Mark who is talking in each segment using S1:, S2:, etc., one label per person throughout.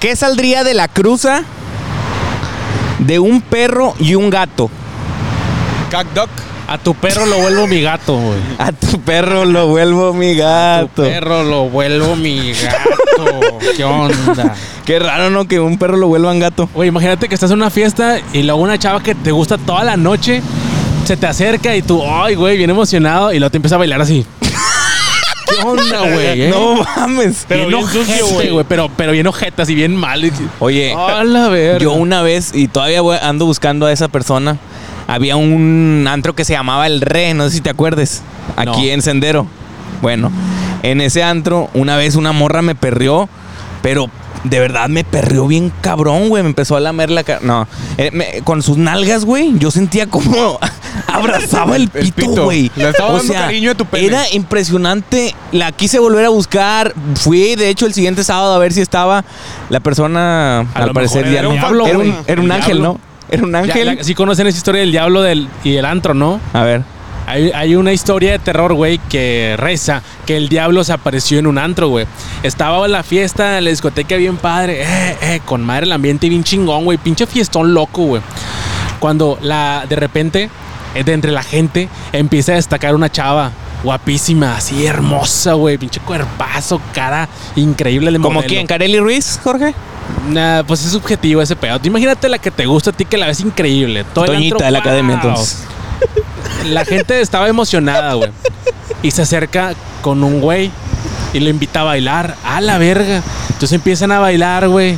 S1: ¿Qué saldría de la cruza de un perro y un gato?
S2: Cac Duck.
S3: A tu perro lo vuelvo mi gato, güey.
S1: A tu perro lo vuelvo mi
S3: Tu
S1: gato.
S3: perro lo vuelvo mi gato. ¿Qué onda?
S1: Qué raro, ¿no? Que un perro lo vuelvan gato.
S3: Oye, imagínate que estás en una fiesta y luego una chava que te gusta toda la noche se te acerca y tú, ay, güey, bien emocionado, y luego te empieza a bailar así. ¿Qué onda, güey? eh?
S1: No mames.
S2: Pero
S3: bien
S2: bien sucio,
S3: ojete,
S2: güey.
S3: güey. Pero, pero bien ojete, así bien mal. y-
S1: Oye,
S3: A la verga.
S1: yo una vez, y todavía voy- ando buscando a esa persona, había un antro que se llamaba El Re, no sé si te acuerdes, aquí
S3: No.
S1: en Sendero. Bueno, en ese antro, una vez una morra me perrió, pero de verdad me perrió bien cabrón, güey. Me empezó a lamer la cara. No, eh, me- con sus nalgas, güey, yo sentía como abrazaba el
S2: El- el
S1: pito,
S2: pito.
S1: güey.
S2: Le estaba dando cariño a tu pene.
S1: Era impresionante. La quise volver a buscar. Fui, de hecho, el siguiente sábado a ver si estaba la persona.
S3: A
S1: al
S3: lo
S1: parecer
S3: mejor
S1: ya
S3: era
S1: no.
S3: un diablo,
S1: era un,
S3: güey.
S1: era un
S3: Un
S1: ángel,
S3: diablo.
S1: ¿no? Era un
S3: Ya,
S1: ángel.
S3: la- sí conocen esa historia del diablo del, y el antro, ¿no?
S1: A ver.
S3: Hay, hay una historia de terror, güey, que reza que el diablo se apareció en un antro, güey. Estaba en la fiesta, en la discoteca bien padre, eh, eh, con madre el ambiente bien chingón, güey. Pinche fiestón loco, güey. Cuando la, de repente, eh, de entre la gente, empieza a destacar una chava. Guapísima, así hermosa, güey. Pinche cuerpazo, cara increíble de
S1: ¿Como
S3: modelo.
S1: quién? ¿Carelli Ruiz, Jorge?
S3: Nah, pues es subjetivo ese pedo. Tú Imagínate la que te gusta a ti, que la ves increíble. Todo el
S1: Toñita
S3: antro,
S1: de la academia,
S3: ¡wow!
S1: entonces.
S3: La gente estaba emocionada, güey. Y se acerca con un güey y lo invita a bailar. A la verga. Entonces empiezan a bailar, güey.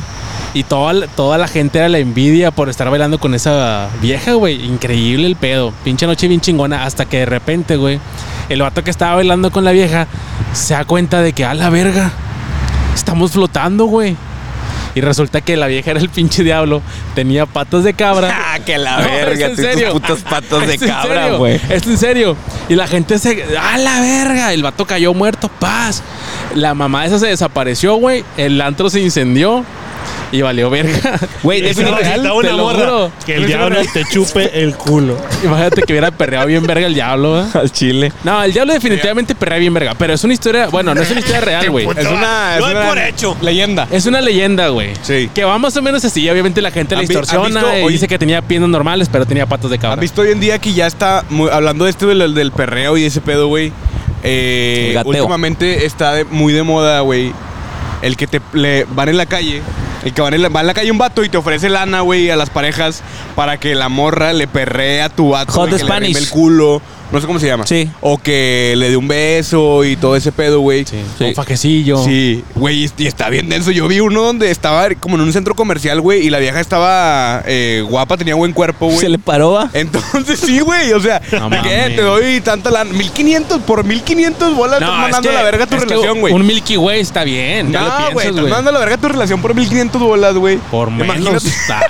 S3: Y toda, la- toda la gente era la envidia por estar bailando con esa vieja, güey. Increíble el pedo. Pinche noche bien chingona. Hasta que de repente, güey, el vato que estaba bailando con la vieja se da cuenta de que, a la verga, estamos flotando, güey. Y resulta que la vieja era el pinche diablo. Tenía patas de cabra.
S1: Ah, que la
S3: No,
S1: verga,
S3: es en
S1: tú y tus
S3: serio.
S1: putas patas de
S3: Es en
S1: cabra,
S3: serio,
S1: güey.
S3: Es en serio. Y la gente se. ¡A la verga! El vato cayó muerto, paz. La mamá esa se desapareció, güey. El antro se incendió y valió verga.
S1: Güey,
S3: Es
S1: definitivamente-
S3: real,
S2: Está
S3: te
S2: una
S3: lo
S2: morra.
S3: juro.
S2: Que el diablo te chupe el culo.
S3: Imagínate que hubiera perreado bien verga el diablo, ¿eh?
S1: Al chile.
S3: No, el diablo definitivamente perrea bien verga. Pero es una historia. Bueno, no es una historia real, güey.
S2: Es una.
S4: Lo
S2: es
S4: doy
S2: una
S4: por hecho.
S2: Leyenda.
S3: Es una leyenda, güey.
S2: Sí.
S3: Que va más o menos así. Obviamente la gente la
S2: ¿Han vi- han
S3: distorsiona
S2: visto
S3: y
S2: hoy-
S3: dice que tenía piernas normales, pero tenía patas de
S2: ¿Han
S3: cabra.
S2: visto hoy en día que ya está muy- hablando de esto del, del perreo y ese pedo, güey? eh,
S1: El gateo.
S2: últimamente está de- muy de moda, güey. El que te le, van en la calle. El que van en la, va en la calle un vato y te ofrece lana, güey, a las parejas para que la morra le perree a tu vato.
S1: Hot
S2: güey, que le
S1: Spanish.
S2: arrime el culo. No sé cómo se llama.
S1: Sí.
S2: O que le dé un beso y todo ese pedo, güey.
S3: Sí.
S1: Sí.
S3: Un fajecillo.
S2: Sí, güey, y- y está bien denso. Yo vi uno donde estaba como en un centro comercial, güey, y la vieja estaba eh, guapa, tenía buen cuerpo, güey.
S1: Se le paró, va.
S3: Eh.
S2: Entonces sí, güey, o sea,
S3: No
S2: ¿de ¿qué?
S3: mames.
S2: Te doy tanta lana. 1500 por 1500 bolas, estás
S3: es
S2: mandando
S3: que-
S2: a la verga tu
S3: es que
S2: relación, güey.
S3: Un Milky Way está bien. ya
S2: No,
S3: lo
S2: güey,
S3: piensas,
S2: estás
S3: güey.
S2: mandando a la verga tu relación por 1500 bolas, güey.
S3: Por menos.
S2: Imagínate.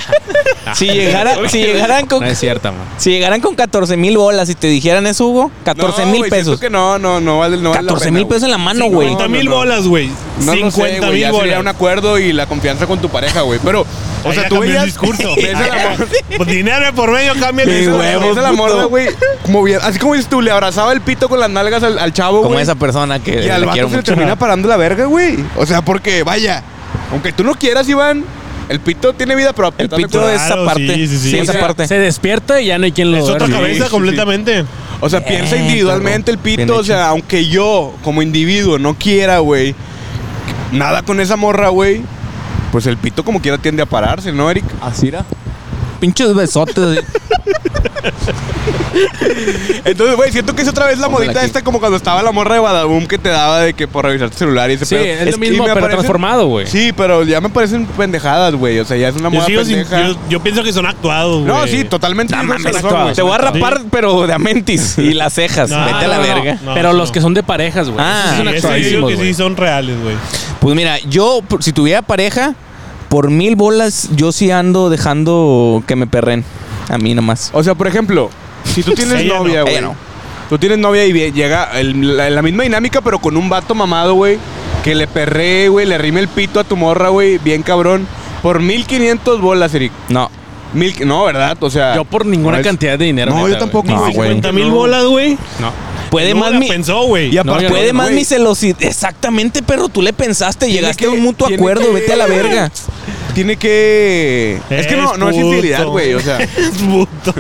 S3: Ah,
S1: Si, llegara, si llegaran
S3: no
S1: con...
S3: es cierta, man.
S1: Si llegaran con 14 mil bolas y te dijeran eso, Hugo, 14
S2: No,
S1: mil
S2: güey, siento
S1: pesos.
S2: Que no, no, no vale, no vale la
S1: 14
S2: pena,
S1: mil
S2: güey.
S1: pesos en la mano,
S2: Sí,
S1: güey.
S2: no,
S4: 50 mil bolas, güey.
S2: No lo sé,
S4: 50
S2: güey,
S4: mil
S2: ya sería
S4: bolas.
S2: un acuerdo y la confianza con tu pareja, güey. Pero, o
S4: Ahí
S2: sea,
S4: ya
S2: tú
S4: cambió
S2: veías...
S4: el discurso.
S2: ves a la morra-
S4: Pues dinero de por medio cambia el
S1: Sí,
S4: discurso.
S1: güey. huevos,
S2: ves a la
S1: puto.
S2: morra, güey, moviendo- así como dices tú, le abrazaba el pito con las nalgas al, al chavo,
S1: Como
S2: güey.
S1: esa persona que
S2: Y al
S1: le
S2: vato se
S1: quiero
S2: le
S1: mucho.
S2: termina parando la verga, güey. O sea, porque, vaya, aunque tú no quieras, Iván, el pito tiene vida propia.
S1: El
S2: ¿estás de
S1: pito
S2: acuerdo?
S1: de esa
S4: Claro,
S1: parte.
S4: sí, sí, sí.
S1: Sí,
S2: O
S1: esa
S2: sea,
S1: parte.
S3: Se despierta y ya no hay quien lo
S4: Es otra
S3: duerme.
S4: cabeza
S2: sí.
S4: completamente.
S2: O sea, piensa
S1: Eh,
S2: individualmente el
S1: cabrón. Bien
S2: pito. O
S1: hecho.
S2: sea, aunque yo, como individuo, no quiera, güey, nada con esa morra, güey, pues el pito como quiera tiende a pararse, ¿no, Eric?
S1: Así era. Pinches besotes.
S2: Entonces, güey, siento que es otra vez la
S1: Póngala
S2: modita
S1: aquí.
S2: esta como cuando estaba la morra de Badaboom que te daba de que por revisar tu celular y ese
S3: Sí,
S2: pedo.
S3: es lo
S2: que
S3: mismo,
S2: me
S3: pero
S2: parecen-
S3: transformado, güey.
S2: Sí, pero ya me parecen pendejadas, güey. O sea, ya es una
S4: Yo,
S2: moda
S4: sigo sin-
S2: pendeja.
S4: yo- yo pienso que son actuados, güey.
S2: no, sí, totalmente.
S1: No
S2: tienes
S1: mames,
S2: razón,
S3: actuado.
S2: güey.
S1: Te voy a rapar, pero de amentis y las cejas.
S4: No,
S1: Vete a la
S4: no, no.
S1: verga.
S4: No,
S3: pero
S4: eso
S3: los
S4: no.
S3: que son de parejas, güey.
S1: Ah,
S3: Esos son
S4: Eso yo digo
S3: actuadísimos,
S4: que
S3: güey.
S4: sí son reales, güey.
S1: Pues mira, yo, por- si tuviera pareja, por mil bolas, yo sí ando dejando que me perren. A mí nomás.
S2: O sea, por ejemplo, si tú tienes
S4: Ella no,
S2: novia, güey.
S1: ella no.
S2: Tú tienes novia y vie- llega el- la, la misma dinámica, pero con un vato mamado, güey. Que le perree, güey, le arrime el pito a tu morra, güey. Bien cabrón. Por 1500 bolas, Eric.
S1: No.
S2: Mil, no, ¿verdad? O sea.
S3: Yo por ninguna
S2: no es-
S3: cantidad de dinero.
S2: No,
S3: neta,
S2: yo tampoco.
S1: No,
S2: Ah, güey.
S1: güey.
S4: 50 mil bolas, güey.
S3: No.
S1: Puede
S4: No
S1: más
S4: la
S1: mi.
S4: pensó, güey.
S2: Y aparte,
S3: yo no,
S1: Puede más
S2: güey,
S1: mi celosidad. Exactamente, perro. Tú le pensaste,
S2: Tiene
S1: llegaste
S2: que-
S1: a un mutuo
S2: tiene
S1: acuerdo.
S2: que-
S1: Vete a la verga.
S2: tiene que. Es que no, no es
S4: puto.
S2: infidelidad, güey. O sea,
S4: Es puto.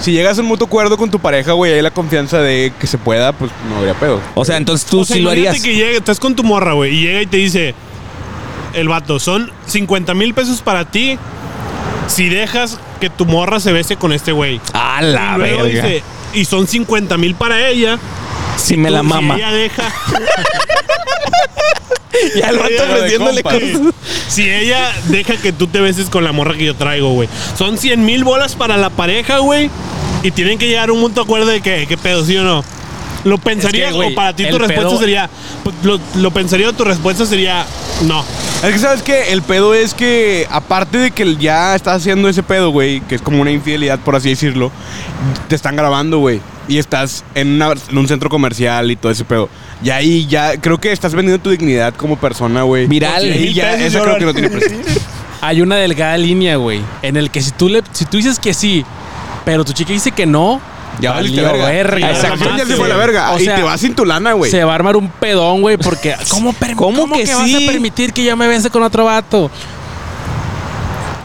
S2: si llegas a un mutuo acuerdo con tu pareja, güey, hay la confianza de que se pueda, pues no habría pedo.
S1: O sea, entonces tú
S4: O sea,
S1: sí lo
S4: imagínate
S1: harías.
S4: que llega, estás con tu morra, güey, y llega y te dice el vato, son 50 mil pesos para ti si dejas que tu morra se bese con este güey.
S1: A la
S4: y luego
S1: verga.
S4: dice, y son 50 mil para ella.
S1: si me la
S4: tú- si
S1: mama.
S4: ella deja,
S1: Y al
S2: Lo
S1: rato
S2: de
S1: ofreciéndole
S2: compas.
S1: cosas.
S4: si ella deja que tú te beses con la morra que yo traigo, güey. Son 100 mil bolas para la pareja, güey. Y tienen que llegar a un mutuo acuerdo de que, qué pedo, sí o no. Lo pensaría,
S3: güey,
S4: o para ti
S3: el
S4: tu respuesta
S3: pedo-
S4: sería, pues, lo, lo pensaría o tu respuesta sería, no.
S2: Es que sabes que el pedo es que, aparte de que ya estás haciendo ese pedo, güey, que es como una infidelidad, por así decirlo, te están grabando, güey. Y estás en, una- en un centro comercial y todo ese pedo. Y ahí ya creo que estás vendiendo tu dignidad como persona, güey.
S1: Viral.
S2: Y ya,
S4: Mil
S2: eso creo
S4: pesos,
S2: que no tiene precio.
S3: Hay una delgada línea, güey, en el que si tú le, si tú dices que sí, pero tu chica dice que no,
S2: Ya valiste
S3: valió
S2: verga.
S3: verga.
S2: Exacto.
S4: Exacto.
S2: Ya se fue a la verga.
S3: O
S2: y
S3: sea,
S2: te vas sin tu lana, güey.
S3: Se va a armar un pedón, güey, porque ¿cómo, per-
S1: ¿Cómo que
S3: vas
S1: sí?
S3: a permitir que yo me bese con otro vato?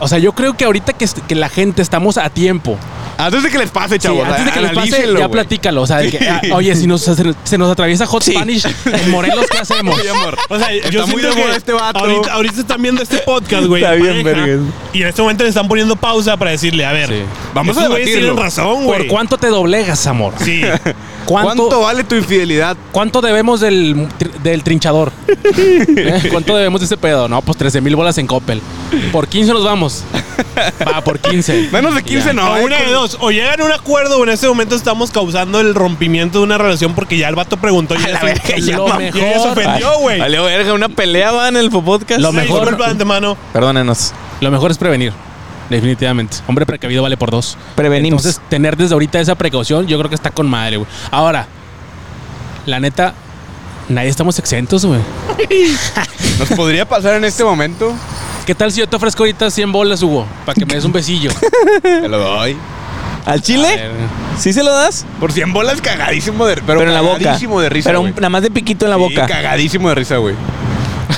S3: O sea, yo creo que ahorita que, est- que la gente estamos a tiempo.
S2: Antes de que les pase,
S3: Sí,
S2: chavos.
S3: antes de que les pase,
S2: analícenlo,
S3: ya
S2: güey.
S3: platícalo. O sea, de que, ah, oye, si nos, se, se nos atraviesa Hot Spanish en Morelos, ¿qué hacemos?
S2: Sí, amor.
S4: O sea, yo
S2: Está muy
S4: siento
S2: de moda
S4: que
S2: este vato.
S4: Ahorita, ahorita están viendo este podcast, güey.
S2: Está
S4: en
S2: bien,
S4: pareja,
S2: verga.
S4: Y en este momento le están poniendo pausa para decirle, a ver,
S3: Sí.
S2: Vamos a
S4: estos güeyes
S2: debatirlo.
S4: tienen razón, güey.
S3: ¿Por cuánto te doblegas, amor?
S4: Sí.
S2: ¿Cuánto,
S3: ¿Cuánto,
S2: vale tu infidelidad?
S3: ¿Cuánto debemos del, tr- del trinchador? ¿Eh? ¿Cuánto debemos de ese pedo? No, pues 13 mil bolas en Coppel. Por 15 nos vamos. Va, por 15.
S2: Menos de 15
S3: Ya.
S2: no.
S4: O
S2: güey.
S4: una de dos, o llegan a un acuerdo o en este momento estamos causando el rompimiento de una relación porque ya el vato preguntó y ya, se-
S3: lo
S4: ya-
S3: mejor.
S4: ya se ofendió, güey.
S1: Valió verga, una pelea va en el podcast.
S3: Lo mejor.
S4: Disculpa de antemano.
S1: Perdónenos.
S3: Lo mejor es prevenir. Definitivamente. Hombre precavido vale por dos.
S1: Prevenimos.
S3: Entonces, tener desde ahorita esa precaución, yo creo que está con madre, güey. Ahora, la neta, nadie estamos exentos, güey.
S2: Nos podría pasar en este momento.
S3: ¿Qué tal si yo te ofrezco ahorita 100 bolas, Hugo? Para que me des un besillo.
S2: Te lo doy.
S1: ¿Al
S3: A
S1: chile?
S3: ver,
S1: ¿Sí se lo das?
S2: Por 100 bolas cagadísimo de Pero,
S1: Pero, en la boca.
S2: Cagadísimo de risa.
S1: pero un-
S2: güey.
S1: nada más de piquito en la
S2: Sí,
S1: boca.
S2: cagadísimo de risa, güey.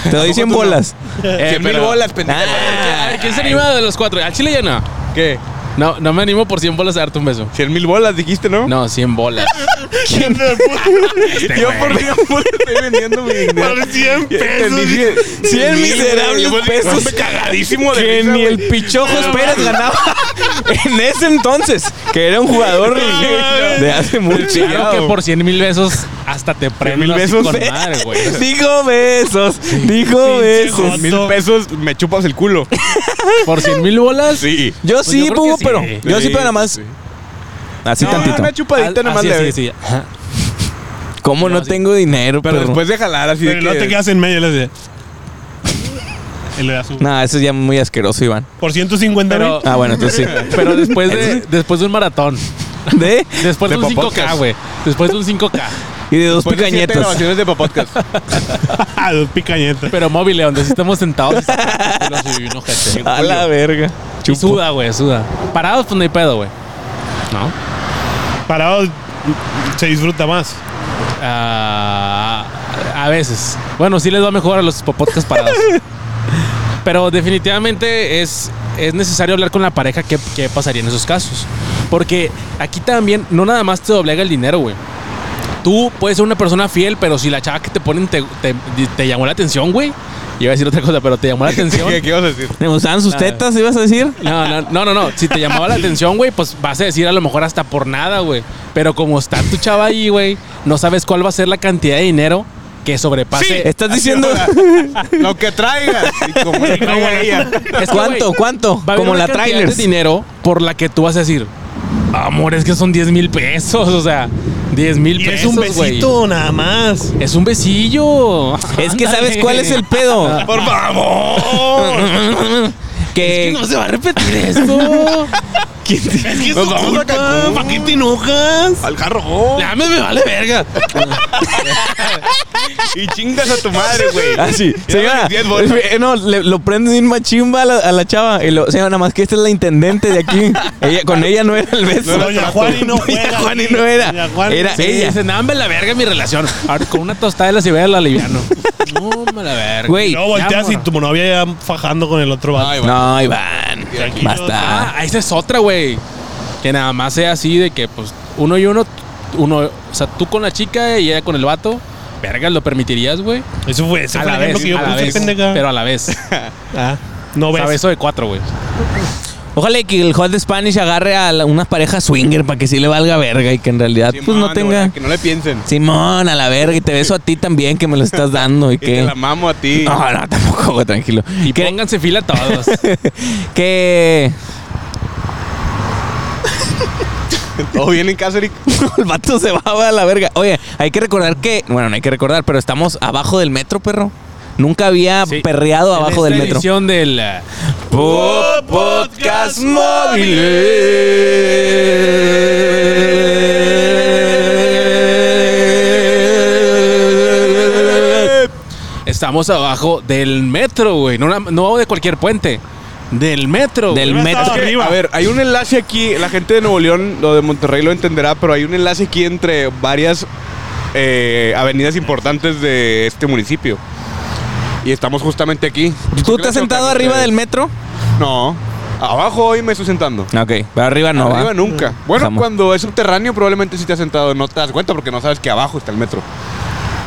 S1: Te doy 100
S2: tú no?
S1: bolas.
S3: Eh,
S2: 100 mil
S3: pero-
S2: bolas, pendejo.
S3: A ver, ¿quién se anima de los cuatro? Al chile ya no.
S2: Ah, ¿Qué?
S3: No, no me animo por 100 bolas a darte un beso.
S2: 100 mil bolas dijiste, ¿no?
S3: No, 100 bolas.
S2: Yo por 100 bolas estoy vendiendo mi dignidad.
S4: Por 100 pesos.
S2: Entendí cien-
S1: Cien
S2: mil,
S1: miserables
S2: güey. Yo,
S1: pesos.
S2: hombre, Cagadísimo de
S1: Que
S2: risa,
S1: ni
S2: güey.
S1: el Pichojo Pérez ganaba en ese entonces, que era un jugador de hace mucho.
S3: Claro que por 100 mil besos hasta te prendo
S2: mil
S3: así
S2: besos.
S3: con madre, güey.
S1: Dijo besos, dijo besos.
S2: 100 mil pesos me chupas el culo.
S3: Por 100 mil bolas.
S2: Sí.
S1: Yo
S3: Pues
S1: sí,
S3: yo creo
S1: Bubu,
S3: que sí.
S1: pero yo sí, pero nada más
S2: sí.
S1: así
S2: No,
S1: tantito.
S2: Una chupadita
S3: Al-
S2: nada más
S3: así,
S2: leve.
S3: así, así. Ajá.
S1: Como no,
S3: No, sí.
S1: tengo dinero,
S2: Pero
S1: perro?
S2: después de jalar así
S4: Pero
S2: de
S4: no
S2: que-
S4: te quedas en medio, le hace. Y le das un-
S1: Nah, eso es ya muy asqueroso, Iván.
S4: Por 150 mil.
S3: Pero,
S1: Ah, bueno, entonces
S3: pero después, de, después de un maratón.
S1: sí. De
S3: Después de,
S2: De
S3: un
S2: popodcast.
S3: 5K, güey. Después de un 5K.
S1: y de dos
S2: Después de siete
S1: picañetas.
S2: grabaciones de Popodcast.
S4: Ah, dos picañetas.
S3: Pero móvil, donde sí estamos sentados. y saca los culos y un ojete.
S1: A la verga.
S3: Y suda, güey, suda. Parados, pues no hay pedo, güey. ¿No?
S4: Parado se disfruta más.
S3: Ah, a veces. Bueno, sí les va mejor a los podcasts parados. Pero definitivamente es, es necesario hablar con la pareja qué, qué pasaría en esos casos. Porque aquí también no nada más te doblega el dinero, güey. Tú puedes ser una persona fiel, pero si la chava que te ponen te, te- te llamó la atención, güey. Yo iba a decir otra cosa, pero te llamó la atención.
S2: ¿Qué, ¿Qué ibas a decir?
S1: ¿Me gustaban sus
S3: Ah.
S1: tetas, ibas a decir?
S3: No, no, no, no, no. Si te llamaba la atención, güey, pues vas a decir a lo mejor hasta por nada, güey. Pero como está tu chava ahí, güey, no sabes cuál va a ser la cantidad de dinero que
S2: Eh,
S3: sobrepase.
S1: Estás diciendo
S2: Lo que traigas. Y como le traiga a ella.
S3: Es que,
S1: cuánto,
S3: güey,
S1: cuánto,
S3: va a haber
S1: como la
S3: una cantidad
S1: trailer.
S3: de dinero por la que tú vas a decir, amor, es que son 10 mil pesos, o sea, 10 mil
S4: Y es
S3: pesos,
S4: un
S3: güey.
S4: besito nada más.
S3: Es un besillo.
S1: Es que sabes
S3: Ándale.
S1: cuál es el pedo.
S2: Por favor.
S1: Que,
S3: Es que no se va a repetir esto.
S4: Es que
S2: Nos
S4: eso
S2: vamos a
S4: culpa.
S2: Cancún.
S4: ¿Para qué te enojas?
S2: Al jarro.
S3: Ya me, me vale verga.
S2: Y chingas a tu madre, güey.
S1: Así,
S2: Ya
S1: Ah, señora.
S2: me metí el bote.
S1: eh, No, le- lo prende bien machimba a la, a la chava. Y lo, señora, nada más que esta es la intendente de aquí. Ella, con ella no era el beso.
S2: No
S4: Doña Juan y no
S1: Doña
S4: juega.
S1: Juan y no era.
S4: Doña Juan.
S1: Era
S3: Sí,
S1: ella.
S3: dicen, dame la verga mi relación. Ahora, con una tostada de la Siberia la liviano. No, me la verga.
S1: Güey.
S4: No volteas
S3: Ya,
S4: y tu novia ya fajando con el otro vato.
S2: Ay, va.
S1: No, Iván.
S4: Tranquilo,
S1: Basta.
S3: Ah, esa es otra, güey. Que nada más sea así de que, pues, uno y uno, uno, o sea, tú con la chica y ella con el vato. Verga, ¿lo permitirías, güey?
S4: Eso fue, ese
S3: A
S4: fue el
S3: la
S4: ejemplo
S3: vez,
S4: que yo
S3: a la
S4: puse,
S3: vez.
S4: pendeja.
S3: Pero a la vez.
S4: Ah, no
S3: O
S4: ves.
S3: sea, beso de cuatro, güey.
S1: Ojalá que el Hot Spanish agarre a la- una pareja swinger para que sí le valga verga y que en realidad pues
S2: Simón,
S1: no
S2: de
S1: tenga.
S2: verdad, Que no le piensen.
S1: Simón, a la verga. Y te beso a ti también que me lo estás dando. ¿Y
S2: Y te
S1: qué?
S2: la mamo a ti.
S1: No, no, tampoco, güey, tranquilo.
S3: Y
S1: Que-
S3: pónganse fila todos.
S1: que
S2: Todo bien en casa, Eric.
S1: el vato se va a la verga. Oye, hay que recordar que, bueno, no hay que recordar, pero estamos abajo del metro, perro. Nunca había
S3: Sí.
S1: perreado abajo del
S3: En esta
S1: metro.
S3: edición del... eh,
S1: Po- Podcast móviles.
S3: Estamos abajo del metro, güey. No, na- no de cualquier puente. Del metro.
S1: Del
S3: güey.
S4: Hubiera estado
S1: metro.
S4: arriba.
S2: A ver, hay un enlace aquí. La gente de Nuevo León, lo de Monterrey lo entenderá, pero hay un enlace aquí entre varias eh, avenidas importantes de este municipio. Y estamos justamente aquí.
S1: ¿Tú te has sentado arriba del metro?
S2: No. Abajo hoy me estoy sentando.
S1: Ok, pero arriba no.
S2: arriba
S1: ¿va?
S2: nunca. Bueno,
S1: Jamás.
S2: cuando es subterráneo probablemente sí te has sentado, no te das cuenta porque no sabes que abajo está el metro.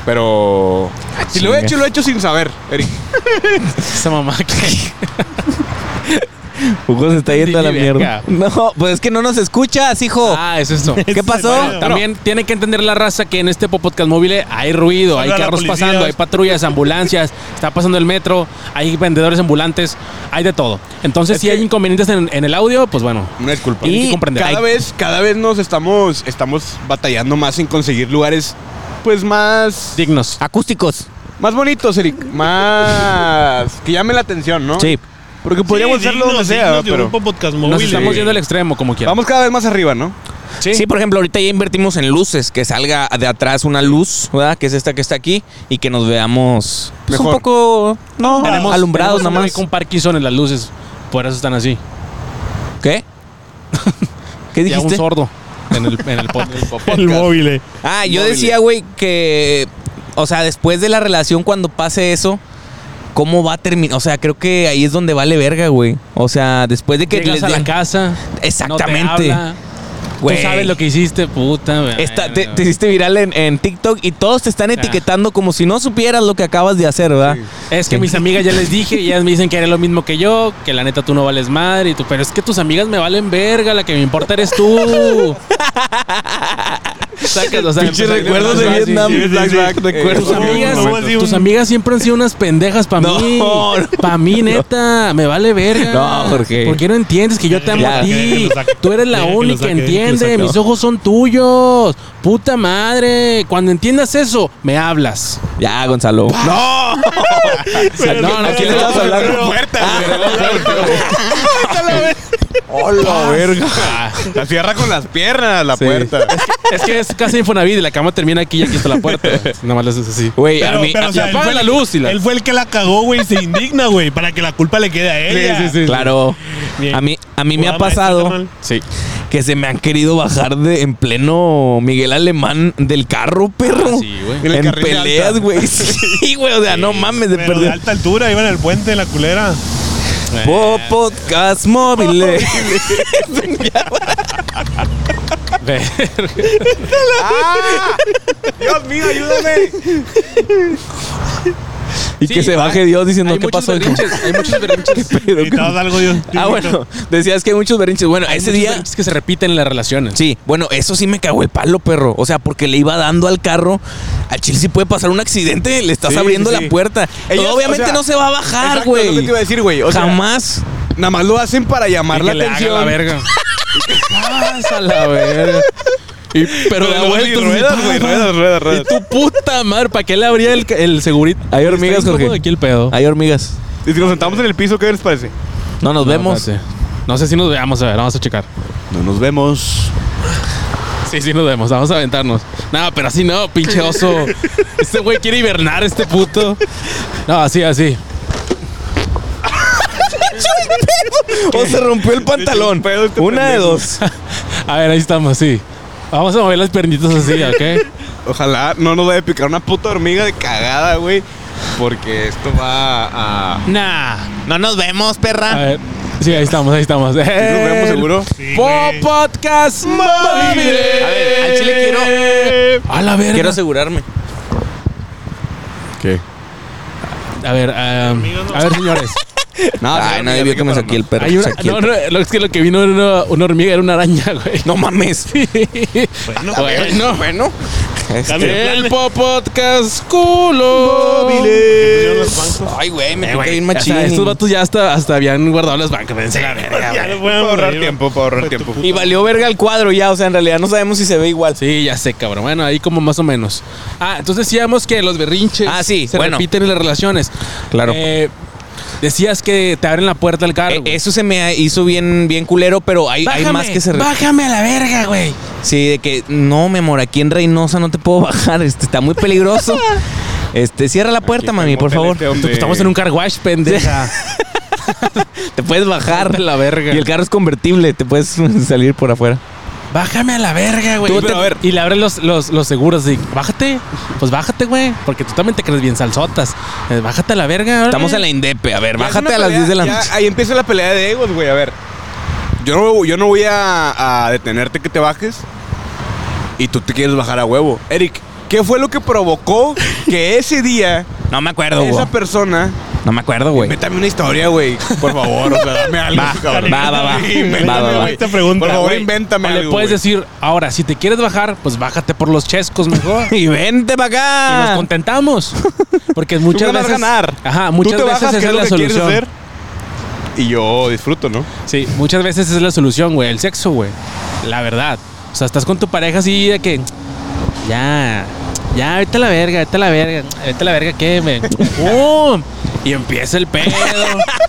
S2: Pero si lo
S1: Ah,
S2: he
S1: chinga.
S2: hecho, lo he hecho sin saber, Eric.
S3: Esa mamá que...
S1: Hugo se está yendo a la
S3: Ni verga.
S1: mierda. No, pues es que no nos escuchas, hijo.
S3: Ah, es esto.
S1: ¿Qué pasó?
S4: Bueno.
S3: También tiene que entender la raza que en este podcast móvil hay ruido, hay
S4: Habla la
S3: carros
S4: policía.
S3: pasando, hay patrullas, ambulancias, está pasando el metro, hay vendedores ambulantes, hay de todo. Entonces,
S2: Es
S3: si hay
S2: que-
S3: inconvenientes en, en el audio, pues bueno.
S2: Una disculpa.
S3: Tienen que
S1: Y
S3: comprender.
S2: Cada
S3: Hay-
S2: vez, cada vez nos estamos, estamos batallando más en conseguir lugares, pues más,
S3: dignos.
S1: Ah, Acústicos.
S2: más bonitos, Eric, más que llamen la atención, ¿no?
S1: Sí.
S2: Porque
S4: Sí,
S2: podríamos hacerlo donde
S4: dignos,
S2: sea,
S4: dignos de
S2: pero
S4: grupo podcast
S3: Nos
S4: móvil.
S3: estamos
S2: sí.
S3: yendo al extremo, como quieran.
S2: vamos cada vez más arriba, ¿no?
S1: Sí. por ejemplo, ahorita ya invertimos en luces, que salga de atrás una luz, ¿verdad? Que es esta que está aquí y que nos veamos pues, un
S2: Mejor.
S1: poco no, alumbrados
S3: Tenemos una
S1: nomás.
S3: ahí Con Parkinson en las luces. Por eso están así.
S1: ¿Qué? ¿Qué
S3: Ya un
S1: dijiste?
S3: sordo en el, en el pod- en el pod-
S4: El móvil. eh.
S1: Ah, yo
S2: Móviles.
S1: decía, güey, que o sea, después de la relación cuando pase eso ¿Cómo va a terminar? O sea, creo que ahí es donde vale verga, güey. O sea, después de que
S3: Llegas
S1: les
S3: a la
S1: den-
S3: casa. No
S1: Exactamente.
S3: te habla,
S1: Güey.
S3: Tú sabes lo que hiciste, puta. güey.
S1: Está- te, te hiciste viral en, en TikTok y todos te están
S3: Ah.
S1: etiquetando como si no supieras lo que acabas de hacer, ¿verdad?
S3: Es que mis amigas ya les dije, y ellas me dicen que eres lo mismo que yo, que la neta tú no vales madre, y tú, pero es que tus amigas me valen verga, la que me importa eres tú. Sácalo, o sea,
S1: Pinches
S3: empezó a-
S1: recuerdos de
S3: Ah, sí, sí,
S1: Vietnam,
S3: sí.
S2: flashback, recuerdos.
S3: Tus amigas,
S4: No, así un-
S3: tus amigas siempre han sido unas pendejas para
S1: No,
S3: mí.
S1: no.
S3: Para mí, neta, me vale verga.
S1: No, Jorge.
S3: Porque no entiendes que yo te amo
S1: Ya.
S3: a
S4: Que
S3: ti.
S4: lo saque.
S3: Tú eres la
S4: Que lo
S3: única que
S4: saque, que lo
S3: entiende.
S4: saque.
S3: Mis ojos son tuyos. Puta madre. Cuando entiendas eso, me hablas.
S1: Ya, Gonzalo.
S2: No,
S4: Pero
S1: no, no, ¿quién le estabas hablando?
S4: pero-
S2: puerta. Hola, verga. La cierra con las piernas, la
S1: Sí.
S2: puerta.
S3: Es que es casa Infonavit, la cama termina aquí y aquí está la puerta. Nada más le haces así.
S1: Güey, a
S4: Pero,
S1: mí.
S4: pero, o
S1: a-
S4: sea, él
S3: apaga
S4: fue
S3: la
S4: el-
S3: luz y la-
S4: Él fue el que la cagó, güey, y se indigna, güey, para que la culpa le quede a ella.
S3: Sí, sí, sí.
S1: claro.
S4: Bien.
S1: A mí, a mí me ha
S4: Jugada maestra,
S1: pasado
S4: carnal.
S3: Sí.
S1: que se me han querido bajar de en pleno Miguel Alemán del carro, perro.
S3: Ah, Sí, güey.
S2: En el
S1: En
S2: carril de
S1: peleas,
S2: alta.
S1: güey. Sí, güey. O sea, no mames, de
S4: Pero de
S1: perder.
S4: alta altura, iba en el puente de la culera.
S1: Po- Podcast móvil.
S2: ¡Ah! Dios mío, ayúdame.
S1: Y que
S3: Sí,
S1: se
S3: hay-
S1: baje Dios diciendo
S3: hay
S1: qué
S3: muchos
S1: pasó.
S3: berrinches, hay muchos berrinches.
S1: ¿Qué pedo?
S4: Gritabas algo yo.
S1: Ah, bueno. Decías que hay muchos berrinches. Bueno,
S3: Hay
S1: ese
S3: muchos
S1: día.
S3: berrinches que se repiten en las relaciones.
S1: Sí, bueno, eso sí me cagó el palo, perro. O sea, porque le iba dando al carro. Al chile sí puede pasar un accidente, le estás
S2: Sí,
S1: abriendo
S2: sí,
S1: la
S2: sí.
S1: puerta.
S2: Ellos,
S1: Obviamente
S2: o sea,
S1: no se va a
S2: Exacto,
S1: bajar,
S2: es lo que te
S1: güey.
S2: iba a decir, güey. O sea,
S1: Jamás.
S2: Nada más lo hacen para
S3: Y
S2: llamar
S3: que
S2: la
S3: le haga
S2: atención.
S3: la verga. Pasa la verga. Y- pero
S2: Pero
S3: da
S2: luego
S3: vueltas.
S2: ni ruedas, güey, ruedas, ruedas,
S3: Y
S2: ruedas.
S3: tu puta madre, ¿para qué le abría el, el segurito?
S1: Hay hormigas,
S3: Está incómodo
S1: Jorge.
S3: aquí el pedo.
S1: Hay hormigas.
S2: Y si nos sentamos en el piso, ¿qué les parece?
S1: No nos
S3: No,
S1: vemos.
S3: espérate. No sé si nos veamos, a ver, vamos a checar.
S2: No nos vemos.
S3: Sí, sí, nos vemos. Vamos a aventarnos. No, pero así no, pinche oso. Este güey quiere hibernar, este puto. No, así, así.
S1: O se rompió el pantalón.
S2: pedo este
S1: Una de
S2: pendejo.
S1: dos.
S3: A ver, ahí estamos, sí. Vamos a mover las pernitas así, ¿ok?
S2: Ojalá no nos vaya a picar una puta hormiga de cagada, güey. Porque esto va a.
S3: Nah.
S1: No nos vemos,
S2: Ah,
S3: A
S1: perra.
S3: ver. Sí, ahí estamos, ahí estamos. Nos
S2: ¿Sí nos vemos seguro.
S4: Sí, güey.
S3: Podcast
S1: A ver, al chile quiero-
S3: A la verga.
S1: Quiero asegurarme.
S2: ¿Qué?
S3: A ver, ah, a ver, señores.
S2: No,
S1: Ay, nadie vio que me saqué el perro.
S3: Hay una-
S1: saqué el
S3: no,
S1: perro.
S3: no, lo- es que lo que vino era una, una hormiga, era una araña, güey.
S1: No mames.
S4: Bueno,
S1: Bueno, bueno. Este,
S4: Cambio de
S3: El
S4: planes.
S3: Popodcast culo.
S4: Pusieron los bancos.
S1: Ay, güey, me
S3: Eh,
S1: toca
S3: güey,
S1: bien
S3: o
S1: machín.
S3: sea, estos vatos ya hasta, hasta habían guardado las bancas. Vense la verga,
S4: Ya
S3: güey.
S4: no pueden
S2: Para ahorrar
S4: morir.
S2: tiempo, para ahorrar tiempo.
S1: Y valió verga el cuadro ya, o sea, en realidad no sabemos si se ve igual.
S3: Sí, ya sé, cabrón. Bueno, ahí como más o menos. Ah, entonces decíamos que los berrinches
S1: Ah, sí,
S3: se
S1: bueno.
S3: repiten en las relaciones.
S1: Claro.
S3: Eh, decías que te abren la puerta al carro.
S1: Eh,
S3: güey.
S1: eso se me hizo bien, bien culero, pero hay, hay
S3: Bájame,
S1: más que se... re-
S3: Bájame a la verga, güey.
S1: Sí, de que, no, mi amor, aquí en Reynosa no te puedo bajar, este, está muy peligroso. Este, cierra la puerta,
S2: Aquí
S1: mami,
S2: tengo
S1: por
S2: tele
S1: favor.
S2: este hombre.
S3: Estamos en un car wash, pendeja.
S1: Te puedes bajar.
S3: Bájame a la verga.
S1: Y el carro es convertible, te puedes salir por afuera.
S3: Bájame a la verga, güey.
S2: Tú
S3: Y
S2: te-
S3: te-
S2: a ver.
S3: Y le abren los, los, los seguros. Y, bájate. Pues bájate, güey. Porque tú también te crees bien salsotas. Eh, Bájate a la verga. órale.
S1: Estamos en la Indepe, a ver,
S2: Ya es
S1: bájate
S2: una
S1: a las
S2: pelea,
S1: 10 de la
S2: ya
S1: noche.
S2: Ahí empieza la pelea de egos, güey. A ver. Yo no, yo no voy a, a detenerte que te bajes. Y tú te quieres bajar a huevo. Eric, ¿qué fue lo que provocó que ese día
S1: No me acuerdo, güey.
S2: esa persona.
S1: No me acuerdo, güey.
S2: Métame una historia, güey. Por favor, o sea, dame algo.
S1: Va,
S2: cabrón.
S1: va, va, va.
S2: Sí, invéntame,
S1: Va, va, va.
S2: güey.
S4: Esta pregunta,
S2: Por favor,
S4: güey.
S2: invéntame
S3: O le
S2: algo.
S3: puedes
S2: güey.
S3: decir, ahora, si te quieres bajar, pues bájate por los chescos mejor.
S1: Y vente
S3: y nos
S1: para acá.
S3: contentamos. Porque muchas
S2: Tú ganas
S3: veces.
S2: ganar.
S3: Ajá,
S2: Tú
S3: muchas
S2: te
S3: veces
S2: bajas, ¿qué
S3: esa es
S2: lo
S3: la
S2: que quieres
S3: solución.
S2: hacer? Y yo disfruto, ¿no?
S3: Sí, muchas veces esa es la solución, güey. El sexo, güey. La verdad. O sea, estás con tu pareja así de que. Ya. Ya, vete a la verga, vete a la verga. Vete a la verga, ¿qué, me? ¡Oh! Y empieza el pedo.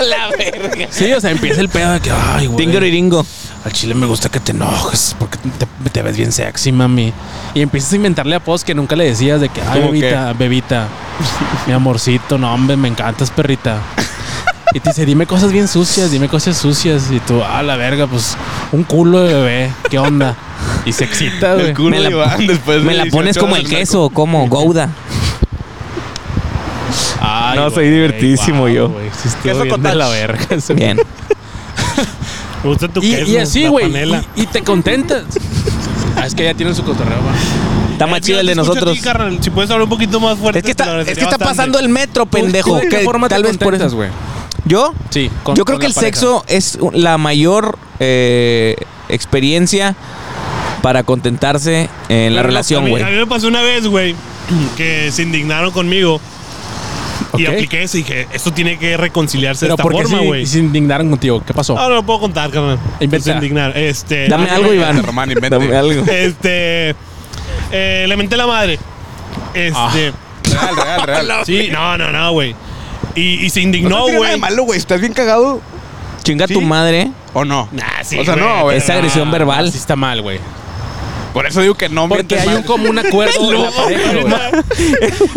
S1: la verga.
S3: Sí, o sea, empieza el pedo de que, ay, güey.
S1: Tingoriringo.
S3: Al chile me gusta que te enojes porque te, te ves bien sexy, mami. Y empiezas a inventarle apodos que nunca le decías de que, ay,
S2: ¿Cómo
S3: bebita, bebita, mi amorcito, no, hombre, me encantas, perrita. Y te dice, dime cosas bien sucias, dime cosas sucias. Y tú, ah, la verga, pues, un culo de bebé, ¿qué onda? Y se excita, güey.
S2: El culo
S1: me
S2: de
S1: la-
S2: Iván después de
S1: Me la
S2: 18
S1: pones como
S2: horas
S1: el
S2: del
S1: queso, como Gouda.
S3: Ay,
S1: No,
S3: güey,
S1: soy divertidísimo
S3: guau,
S1: yo.
S3: güey, sí estuvo
S2: Queso
S3: bien
S2: con
S3: de la
S2: touch.
S3: verga. ese güey.
S1: Bien.
S4: Me gusta tu
S3: Y,
S4: queso,
S3: y así,
S4: la
S3: güey.
S4: panela.
S3: Y, y te contentas. Ah, es que ya tienen su cotorreo, güey.
S1: Está más
S4: Eh,
S1: chido el de
S4: mira, te escucho a
S1: nosotros.
S4: ti, carnal. Si puedes hablar un poquito más fuerte.
S1: Es que
S4: te lo
S1: está, es que
S4: agradecería
S1: está
S4: bastante.
S1: pasando el metro, pendejo.
S3: ¿Tú de qué
S1: que
S3: forma
S1: tal
S3: te
S1: vez por
S3: contentas,
S1: eso.
S3: güey?
S1: ¿Yo?
S3: Sí, con-
S1: Yo creo
S3: con
S1: que
S3: la
S1: el
S3: pareja.
S1: sexo es u- la mayor eh, experiencia para contentarse en la
S4: Pero a
S1: relación,
S4: mí-
S1: güey.
S4: A mí me pasó una vez, güey, que se indignaron conmigo. Y
S3: Ok.
S4: apliqué eso y dije, esto tiene que reconciliarse
S3: Pero
S4: de esta
S3: porque
S4: forma, güey.
S3: sí, se indignaron contigo. ¿Qué pasó?
S4: No, no lo puedo contar, carnal.
S3: Inventa.
S4: Se indignar. Este,
S1: Dame algo, Iván.
S2: Román, invente.
S1: Dame algo.
S4: Este. eh, le menté la madre. Este.
S2: Real, real,
S1: Ah.
S2: real.
S4: Sí, no, no, no, güey. Y, y se indignó,
S2: tiene nada
S4: güey.
S2: de malo, güey. ¿Estás bien cagado
S1: Chinga
S2: Sí.
S1: tu madre.
S2: o no?
S4: Nah, Ah, sí,
S2: O sea,
S4: güey.
S2: no, güey.
S1: Esa agresión verbal.
S3: ah, Sí está mal, güey.
S2: Por eso digo que no
S3: Porque
S2: mientes
S3: hay
S2: mal.
S3: un común acuerdo en la
S4: Luego,
S3: pareja, güey.
S4: ahorita,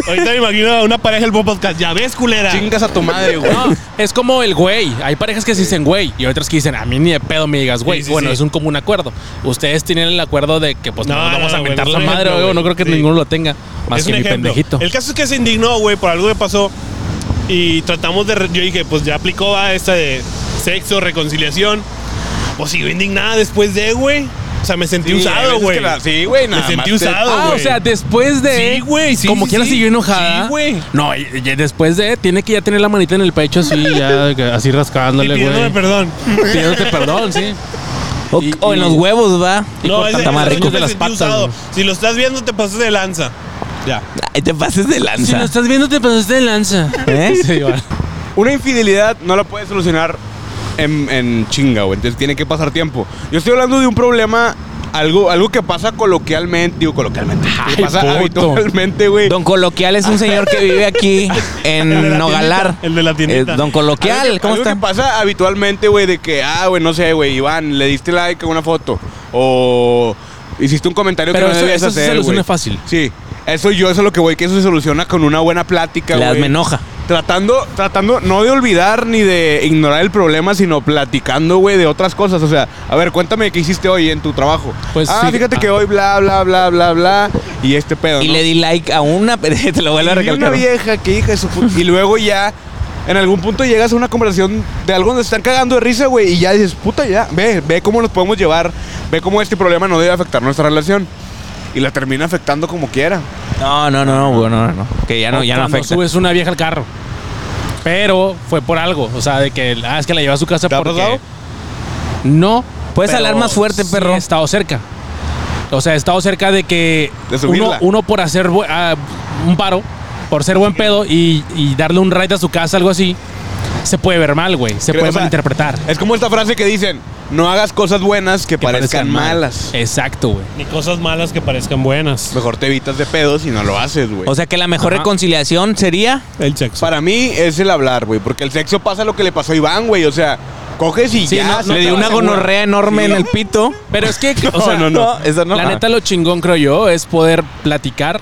S4: ahorita me imagino a una pareja del podcast. Ya ves, culera.
S2: Chingas a tu madre, güey.
S3: No, es como el güey. Hay parejas que se dicen güey y otras que dicen, a mí ni de pedo me digas güey.
S4: Sí, sí,
S3: bueno,
S4: sí.
S3: es un común acuerdo. Ustedes tienen el acuerdo de que pues no,
S4: No,
S3: nos
S4: no,
S3: vamos a
S4: no, güey,
S3: mentar
S4: no es
S3: la
S4: un
S3: madre,
S4: ejemplo,
S3: güey. No
S4: güey.
S3: creo que
S4: Sí.
S3: ninguno lo tenga. Más
S4: Es
S3: que
S4: un
S3: mi
S4: ejemplo.
S3: pendejito.
S4: El caso es que se indignó, güey, por algo que pasó. Y tratamos de. re- Yo dije, pues ya aplicó a esta de sexo, reconciliación. Pues siguió indignada después de, güey. O sea, me sentí
S2: Sí, hay veces
S4: usado,
S2: que
S4: güey.
S2: la- sí, güey, nada
S4: Me sentí
S2: más te-
S4: usado,
S3: Ah,
S4: güey.
S3: o sea, después de.
S4: Sí, güey, sí,
S3: Como
S4: sí,
S3: quiera
S4: sí.
S3: siguió enojada.
S4: Sí, güey.
S3: No, y- y después de. Tiene que ya tener la manita en el pecho así, ya, que- así
S4: Y
S3: rascándole,
S4: pidiéndome
S3: güey.
S4: perdón.
S3: Pidiéndote perdón, sí.
S1: O,
S3: Y-
S1: o en
S3: y-
S1: los huevos, va.
S3: Y
S4: No,
S3: corta-
S4: es
S1: está más rico.
S4: de las patas.
S3: güey.
S4: Si lo estás viendo, te pasas de lanza. Ya.
S1: Ay, te pases de
S3: Si
S1: lanza.
S3: nos estás viendo, te pasaste de lanza.
S1: ¿Eh?
S3: Sí, va.
S2: Una infidelidad no la puedes solucionar en, en chinga, güey. Entonces tiene que pasar tiempo. Yo estoy hablando de un problema, algo, algo que pasa coloquialmente, digo coloquialmente. Que
S3: Ay,
S2: pasa
S3: puto.
S2: habitualmente, güey.
S1: Don Coloquial es un señor que vive aquí
S4: El de la
S1: en Nogalar.
S4: tiendita, el de la tiendita.
S1: Eh, don Coloquial,
S2: Algo,
S1: ¿cómo
S2: algo
S1: está?
S2: que pasa habitualmente, güey, de que, ah, güey, no sé, güey, Iván, le diste like a una foto. O Hiciste un comentario
S3: Pero
S2: que no
S3: eso-
S2: debías
S3: eso sí se
S2: hacer,
S3: soluciona
S2: güey.
S3: fácil.
S2: Sí. Eso yo, eso es lo que voy, que eso se soluciona con una buena plática,
S1: Le
S2: güey.
S1: hazme enoja.
S2: Tratando, tratando no de olvidar ni de ignorar el problema, sino platicando, güey, de otras cosas. O sea, a ver, cuéntame qué hiciste hoy en tu trabajo.
S3: Pues,
S2: ah,
S3: sí.
S2: fíjate
S3: Ah.
S2: que hoy bla, bla, bla, bla, bla. Y este pedo,
S1: Y
S2: ¿no?
S1: le di like a una, te lo vuelvo a
S2: Y vi una
S1: recalcar.
S2: vieja que hija de su puta- Y luego ya, en algún punto llegas a una conversación de algo donde están cagando de risa, güey. Y ya dices, puta, ya, ve, ve cómo nos podemos llevar. Ve cómo este problema no debe afectar nuestra relación. Y la termina afectando como quiera.
S1: No, no, no, no, güey, no, no, no. Que ya Ah, no, ya no
S3: Cuando
S1: afecta.
S3: subes una vieja al carro. Pero fue por algo. O sea, de que, ah, es que la llevó a su casa
S2: ¿Te ha
S3: porque...
S2: pasado?
S3: No.
S1: Puedes
S3: pero
S1: hablar más fuerte,
S3: sí
S1: perro.
S3: He estado cerca. O sea, he estado cerca de que
S2: De
S3: uno,
S2: subirla.
S3: uno por hacer bu- ah, un paro, por ser buen pedo y, y darle un raid a su casa, algo así, se puede ver mal, güey. Se
S2: Creo-
S3: puede
S2: o sea,
S3: malinterpretar.
S2: Es como esta frase que dicen, no hagas cosas buenas que,
S3: que
S2: parezcan,
S3: mal. Eh.
S2: malas.
S3: Exacto, güey.
S4: Ni cosas malas que parezcan buenas.
S2: Mejor te evitas de pedos y no lo haces, güey.
S1: O sea que la mejor
S3: Ajá.
S1: reconciliación sería.
S4: El sexo.
S2: para mí es el hablar, güey. Porque el sexo pasa lo que le pasó a Iván, güey. O sea, coges y
S3: Sí,
S2: ya.
S3: no-
S2: se
S3: no
S1: le
S2: te
S1: dio
S2: va
S1: una
S2: a asegurar.
S1: gonorrea enorme en el pito.
S3: Pero es que, o
S1: O
S3: sea,
S1: sea, eso no.
S3: La
S1: Ah.
S3: neta, lo chingón, creo yo, es poder platicar,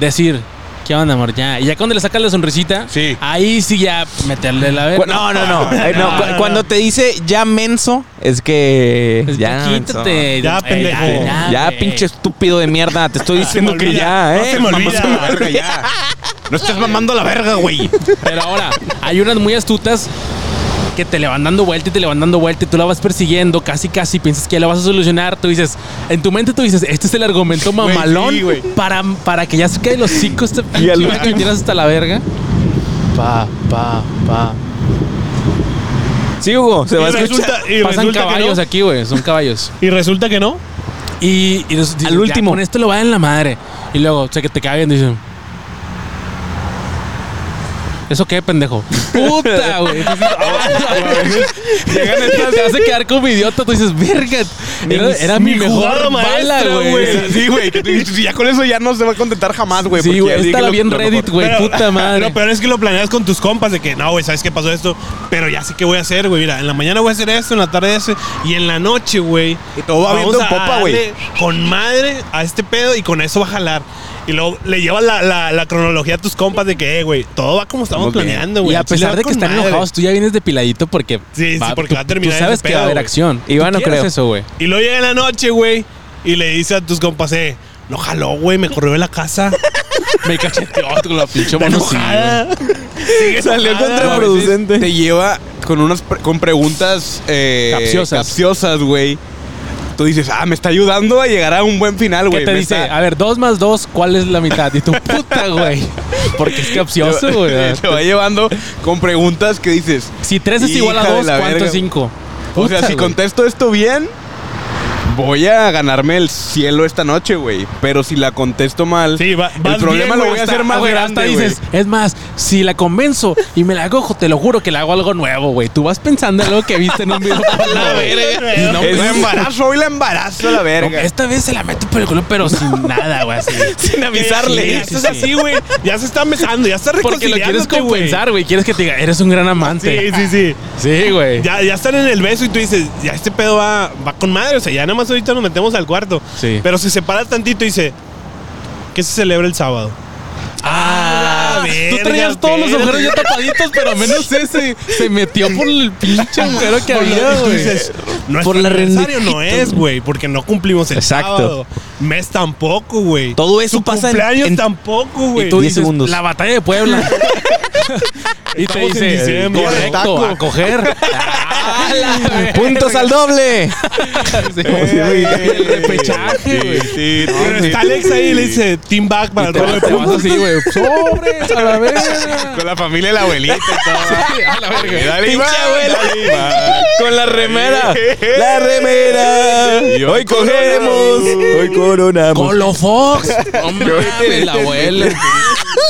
S3: decir, ¿qué onda, amor? Ya. Y ya cuando le sacas la sonrisita,
S2: Sí.
S3: ahí sí ya meterle la
S1: Cu-
S3: verga.
S1: No, no, no. Eh, no,
S4: no,
S1: cu-
S4: no.
S1: Cuando te dice ya menso, es que.
S3: Es que
S1: ya. menso.
S3: Pues, quítate.
S4: Ya,
S3: Eh,
S4: pendejo.
S1: Ya,
S3: güey.
S1: pinche estúpido de mierda. Te estoy
S4: Ah, Se me
S1: diciendo que
S4: olvida,
S1: ya,
S4: no
S1: eh.
S4: se me olvida.
S2: Mamás a la verga, ya. No estés mamando a la verga, güey.
S3: Pero ahora, hay unas muy astutas que te le van dando vuelta y te le van dando vuelta y tú la vas persiguiendo, casi casi piensas que ya la vas a solucionar. Tú dices, en tu mente tú dices, este es el argumento
S2: Güey,
S3: mamalón
S2: sí, güey.
S3: para, para que ya se caen los cinco este
S1: Y al
S3: pinche vieja que tienes hasta la verga. Pa, pa, pa.
S1: Sí, Hugo, se
S4: Y
S1: va a escuchar.
S4: resulta, y
S3: Pasan
S4: resulta que
S3: caballos
S4: no.
S3: aquí, güey, son caballos.
S4: Y resulta que no.
S3: Y, y los- dicen,
S1: Al
S3: "Ya,
S1: último.
S3: con esto lo va en la madre. Y luego, o sea, que te caguen, dicen. ¿Eso qué, pendejo? ¡Puta, güey! Llegan estas- Te hace quedar como idiota. Tú dices, verga. Era, era mi,
S4: mi
S3: mejor
S4: jugada
S3: bala,
S4: maestra,
S3: güey.
S4: güey.
S2: Sí, güey. que tú dices, Ya con eso ya no se va a contentar jamás, güey.
S3: Sí,
S2: porque
S3: güey.
S2: ya dije
S3: Esta la
S2: lo-
S3: vi en
S2: lo
S3: Reddit,
S2: mejor.
S3: güey.
S4: Pero-
S3: Puta madre.
S4: Lo peor es que lo planeas con tus compas de que, no, güey, ¿sabes qué pasó esto? Pero ya sé que voy a hacer, güey. Mira, en la mañana voy a hacer esto, en la tarde ese. Y en la noche, güey.
S2: Y todo va
S4: vamos
S2: viendo en
S4: a
S2: popa, güey.
S4: darle Con madre a este pedo y con eso va a jalar. Y luego le llevas la, la- la cronología a tus compas de que, eh, güey, todo va como estamos
S2: Estamos bien.
S4: planeando, güey.
S3: y a
S4: Al chile
S3: pesar
S4: va
S3: de que
S4: con
S3: están
S4: madre.
S3: enojados, tú ya vienes depiladito porque.
S4: Sí, sí, porque
S3: tú-
S4: va a terminar
S3: Tú sabes
S4: ese
S3: que va a
S4: pedo,
S3: haber
S4: güey.
S3: acción.
S1: Y va,
S3: Tú
S1: no
S3: quieres
S1: creo.
S3: eso, güey.
S4: Y luego llega en la noche, güey. Y le dice a tus compas, eh, no jaló, güey, me corrió de la casa.
S3: Me cacheteó con la pinche
S4: Está
S3: mano. sí, güey.
S4: enojada. Sigue
S1: Salió
S4: enojada.
S1: contra-
S2: A veces
S1: Producente.
S2: Te lleva con unas pre- con preguntas eh,
S3: Capciosas.
S2: capciosas, güey. Tú dices, ah, me está ayudando a llegar a un buen final,
S3: ¿Qué
S2: güey.
S3: te
S2: me
S3: dice? Ah,
S2: está-
S3: A ver, dos más dos, ¿cuál es la mitad? Y tu puta, güey. Porque es capcioso, güey.
S2: Te va llevando con preguntas que dices.
S3: Si tres es igual a
S2: Hija de
S3: dos,
S2: la
S3: ¿cuánto
S2: verga.
S3: es cinco?
S2: O sea,
S3: Puta,
S2: si
S3: güey.
S2: contesto esto bien, voy a ganarme el cielo esta noche, güey. Pero si la contesto mal,
S4: Sí, va- vas
S2: el problema
S4: bien,
S2: lo
S4: güey,
S2: voy a
S4: hasta-
S2: hacer más
S3: Güey,
S2: grande,
S3: hasta dices, es más, si la convenzo y me la cojo, te lo juro que le hago algo nuevo, güey. Tú vas pensando en algo que viste en un video. A la verga. Y no,
S2: güey. Es este,
S3: güey,
S2: la embarazo, hoy la embarazo a la
S3: no,
S2: verga.
S3: esta vez se la meto por el culo, pero sin nada, güey. así.
S2: sin
S4: Sí, ya
S3: avisarle.
S4: estás así, güey. Ya se están besando, ya estás
S3: Porque lo quieres
S4: reconciliándote, güey.
S3: compensar, güey. Quieres que te diga, eres un gran
S4: Sí,
S3: amante.
S4: sí, sí.
S3: Sí, güey.
S4: Ya, ya están en el beso y tú dices, ya este pedo va, va con madre. O sea, ya nada más ahorita nos metemos al cuarto.
S3: Sí.
S4: Pero se separa tantito y dice, ¿qué se celebra el sábado?
S3: Ah,
S4: Ah,
S3: tú
S4: verga,
S3: traías todos los
S4: verga.
S3: agujeros ya tapaditos, pero menos ese se metió por el pinche agujero que había,
S4: Tú
S3: güey.
S4: dices, no
S1: Por
S4: es
S1: la
S4: aniversario,
S1: rendijita,
S4: no es, güey, porque no cumplimos el
S1: Exacto.
S4: sábado. Mes tampoco, güey.
S1: Todo eso
S4: Tu
S1: pasa en-
S4: cumpleaños
S1: en-
S4: tampoco,
S3: Y
S4: güey.
S3: tú
S1: Diez
S3: dices,
S1: segundos.
S3: la batalla de Puebla. y te
S4: Estamos en
S3: dice,
S4: diciembre.
S3: correcto,
S2: Taco.
S3: a coger. Ah, la verga.
S1: Puntos al doble.
S3: Sí,
S2: Ey,
S3: el repechaje, güey.
S2: Sí, sí, sí.
S4: Pero está Alex ahí y le dice, Team Back para
S3: Y
S4: el
S3: te
S4: robo de
S3: vas- te vas
S4: puntos.
S3: así, güey. Sobres, a la verga.
S2: Con la familia de la abuelita y todo.
S3: A la
S2: Dale,
S3: verga.
S2: Iván,
S1: abuela.
S2: dale, Iván.
S1: Con la remera.
S2: La
S1: remera.
S2: Y hoy corremos, hoy
S1: coronamos.
S3: Colo Fox. No mames, la abuela.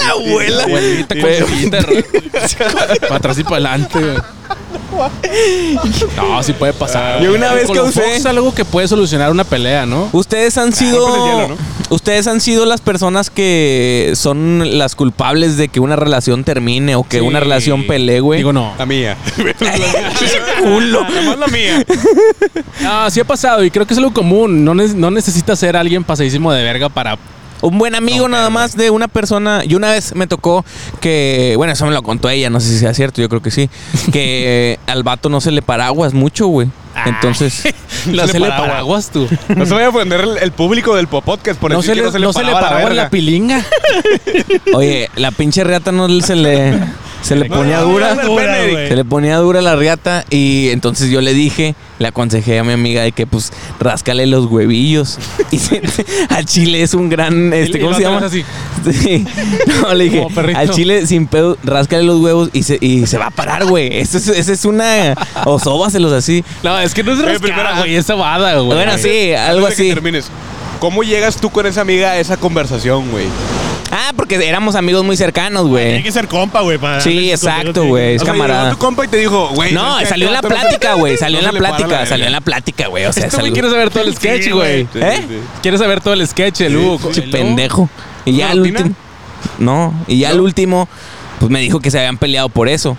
S1: La abuela.
S3: La abuelita con
S1: Pero-
S3: su guitarra. Para atrás y para adelante, güey. No, sí puede pasar.
S1: Yo
S3: güey.
S1: una vez
S3: Con los
S1: causé-
S3: Fox es algo que puede solucionar una pelea, ¿no?
S1: Ustedes han sido.
S2: rompes el hielo, ¿no?
S1: Ustedes han sido las personas que son las culpables de que una relación termine o que
S3: Sí.
S1: una relación pelee, güey.
S3: Digo, no.
S2: La mía.
S1: culo.
S2: Nomás la mía.
S3: Ah, sí ha pasado y creo que es algo común. No, ne- no necesitas ser alguien pasadísimo de verga para...
S1: Un buen amigo
S3: No,
S1: nada
S3: pero,
S1: más de una persona. Y una vez me tocó que, bueno, eso me lo contó ella, no sé si sea cierto, yo creo que sí. Que al vato no se le paraguas mucho, güey.
S3: Ah.
S1: Entonces,
S3: No se le paraguas tú.
S2: No se vaya a ofender el, el público del podcast por
S3: No
S2: decir
S3: se, le,
S2: que no se le
S3: no se le
S2: paraba
S3: paraguas la
S2: verga.
S3: pilinga.
S1: oye, la pinche reata no se le, se le
S2: No,
S1: ponía
S2: no, no,
S1: dura.
S2: no, no,
S4: Dura,
S2: Eric.
S4: güey.
S1: Se le ponía dura la riata y entonces yo le dije, le aconsejé a mi amiga de que pues ráscale los huevillos. Y se- al chile es un gran, este,
S3: Y
S1: ¿cómo
S3: lo
S1: se llama?
S3: traes así.
S1: Sí. No, le dije,
S3: Como perrito.
S1: al chile sin pedo, ráscale los huevos y se, y se va a parar, güey. Esa es, esa es una... O sóbaselos así.
S3: No, es que no es
S2: Oye,
S3: rascada,
S2: primera-
S3: güey. Es sabada, güey.
S1: bueno, sí, algo
S2: Antes de que
S1: así.
S2: termines, ¿Cómo llegas tú con esa amiga a esa conversación, güey?
S1: Ah, porque éramos amigos muy cercanos,
S4: Tiene
S1: güey.
S4: que ser compa, güey. para
S1: Sí,
S4: darle sus
S1: exacto,
S4: consejos,
S1: güey. Es
S2: O sea,
S1: camarada.
S2: llegó tu compa y te dijo, güey.
S1: No,
S2: ¿sabes qué?
S1: salió en la
S2: Este vato no-
S1: plática, güey. Salió en
S2: no
S1: la
S2: se le para
S1: plática,
S2: verga.
S1: salió en la plática, güey. O sea,
S3: Este güey
S1: salió-
S3: quiere saber todo el sketch,
S4: Sí,
S3: güey.
S4: güey.
S2: Sí,
S1: ¿Eh?
S2: sí.
S3: Quiere saber todo el sketch, el Hugo.
S1: Pinche
S3: el Hugo.
S1: pendejo. Y ya
S2: ¿Una
S1: al
S2: rutina?
S1: último. No, y ya al último, pues me dijo que se habían peleado por eso.